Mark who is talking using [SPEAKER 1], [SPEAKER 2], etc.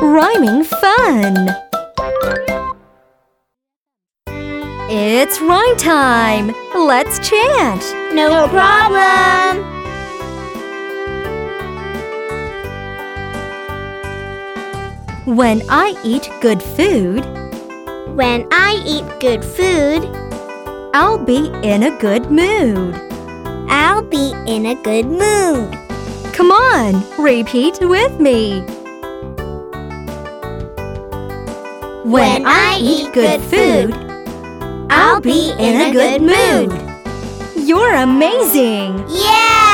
[SPEAKER 1] Rhyming fun! It's rhyme time! Let's chant! No problem! When I eat good food,
[SPEAKER 2] When I eat good food,
[SPEAKER 1] I'll be in a good mood.
[SPEAKER 2] I'll be in a good mood.
[SPEAKER 1] Come on, repeat with me. When I eat good food, I'll be in a good mood. You're amazing!
[SPEAKER 2] Yeah!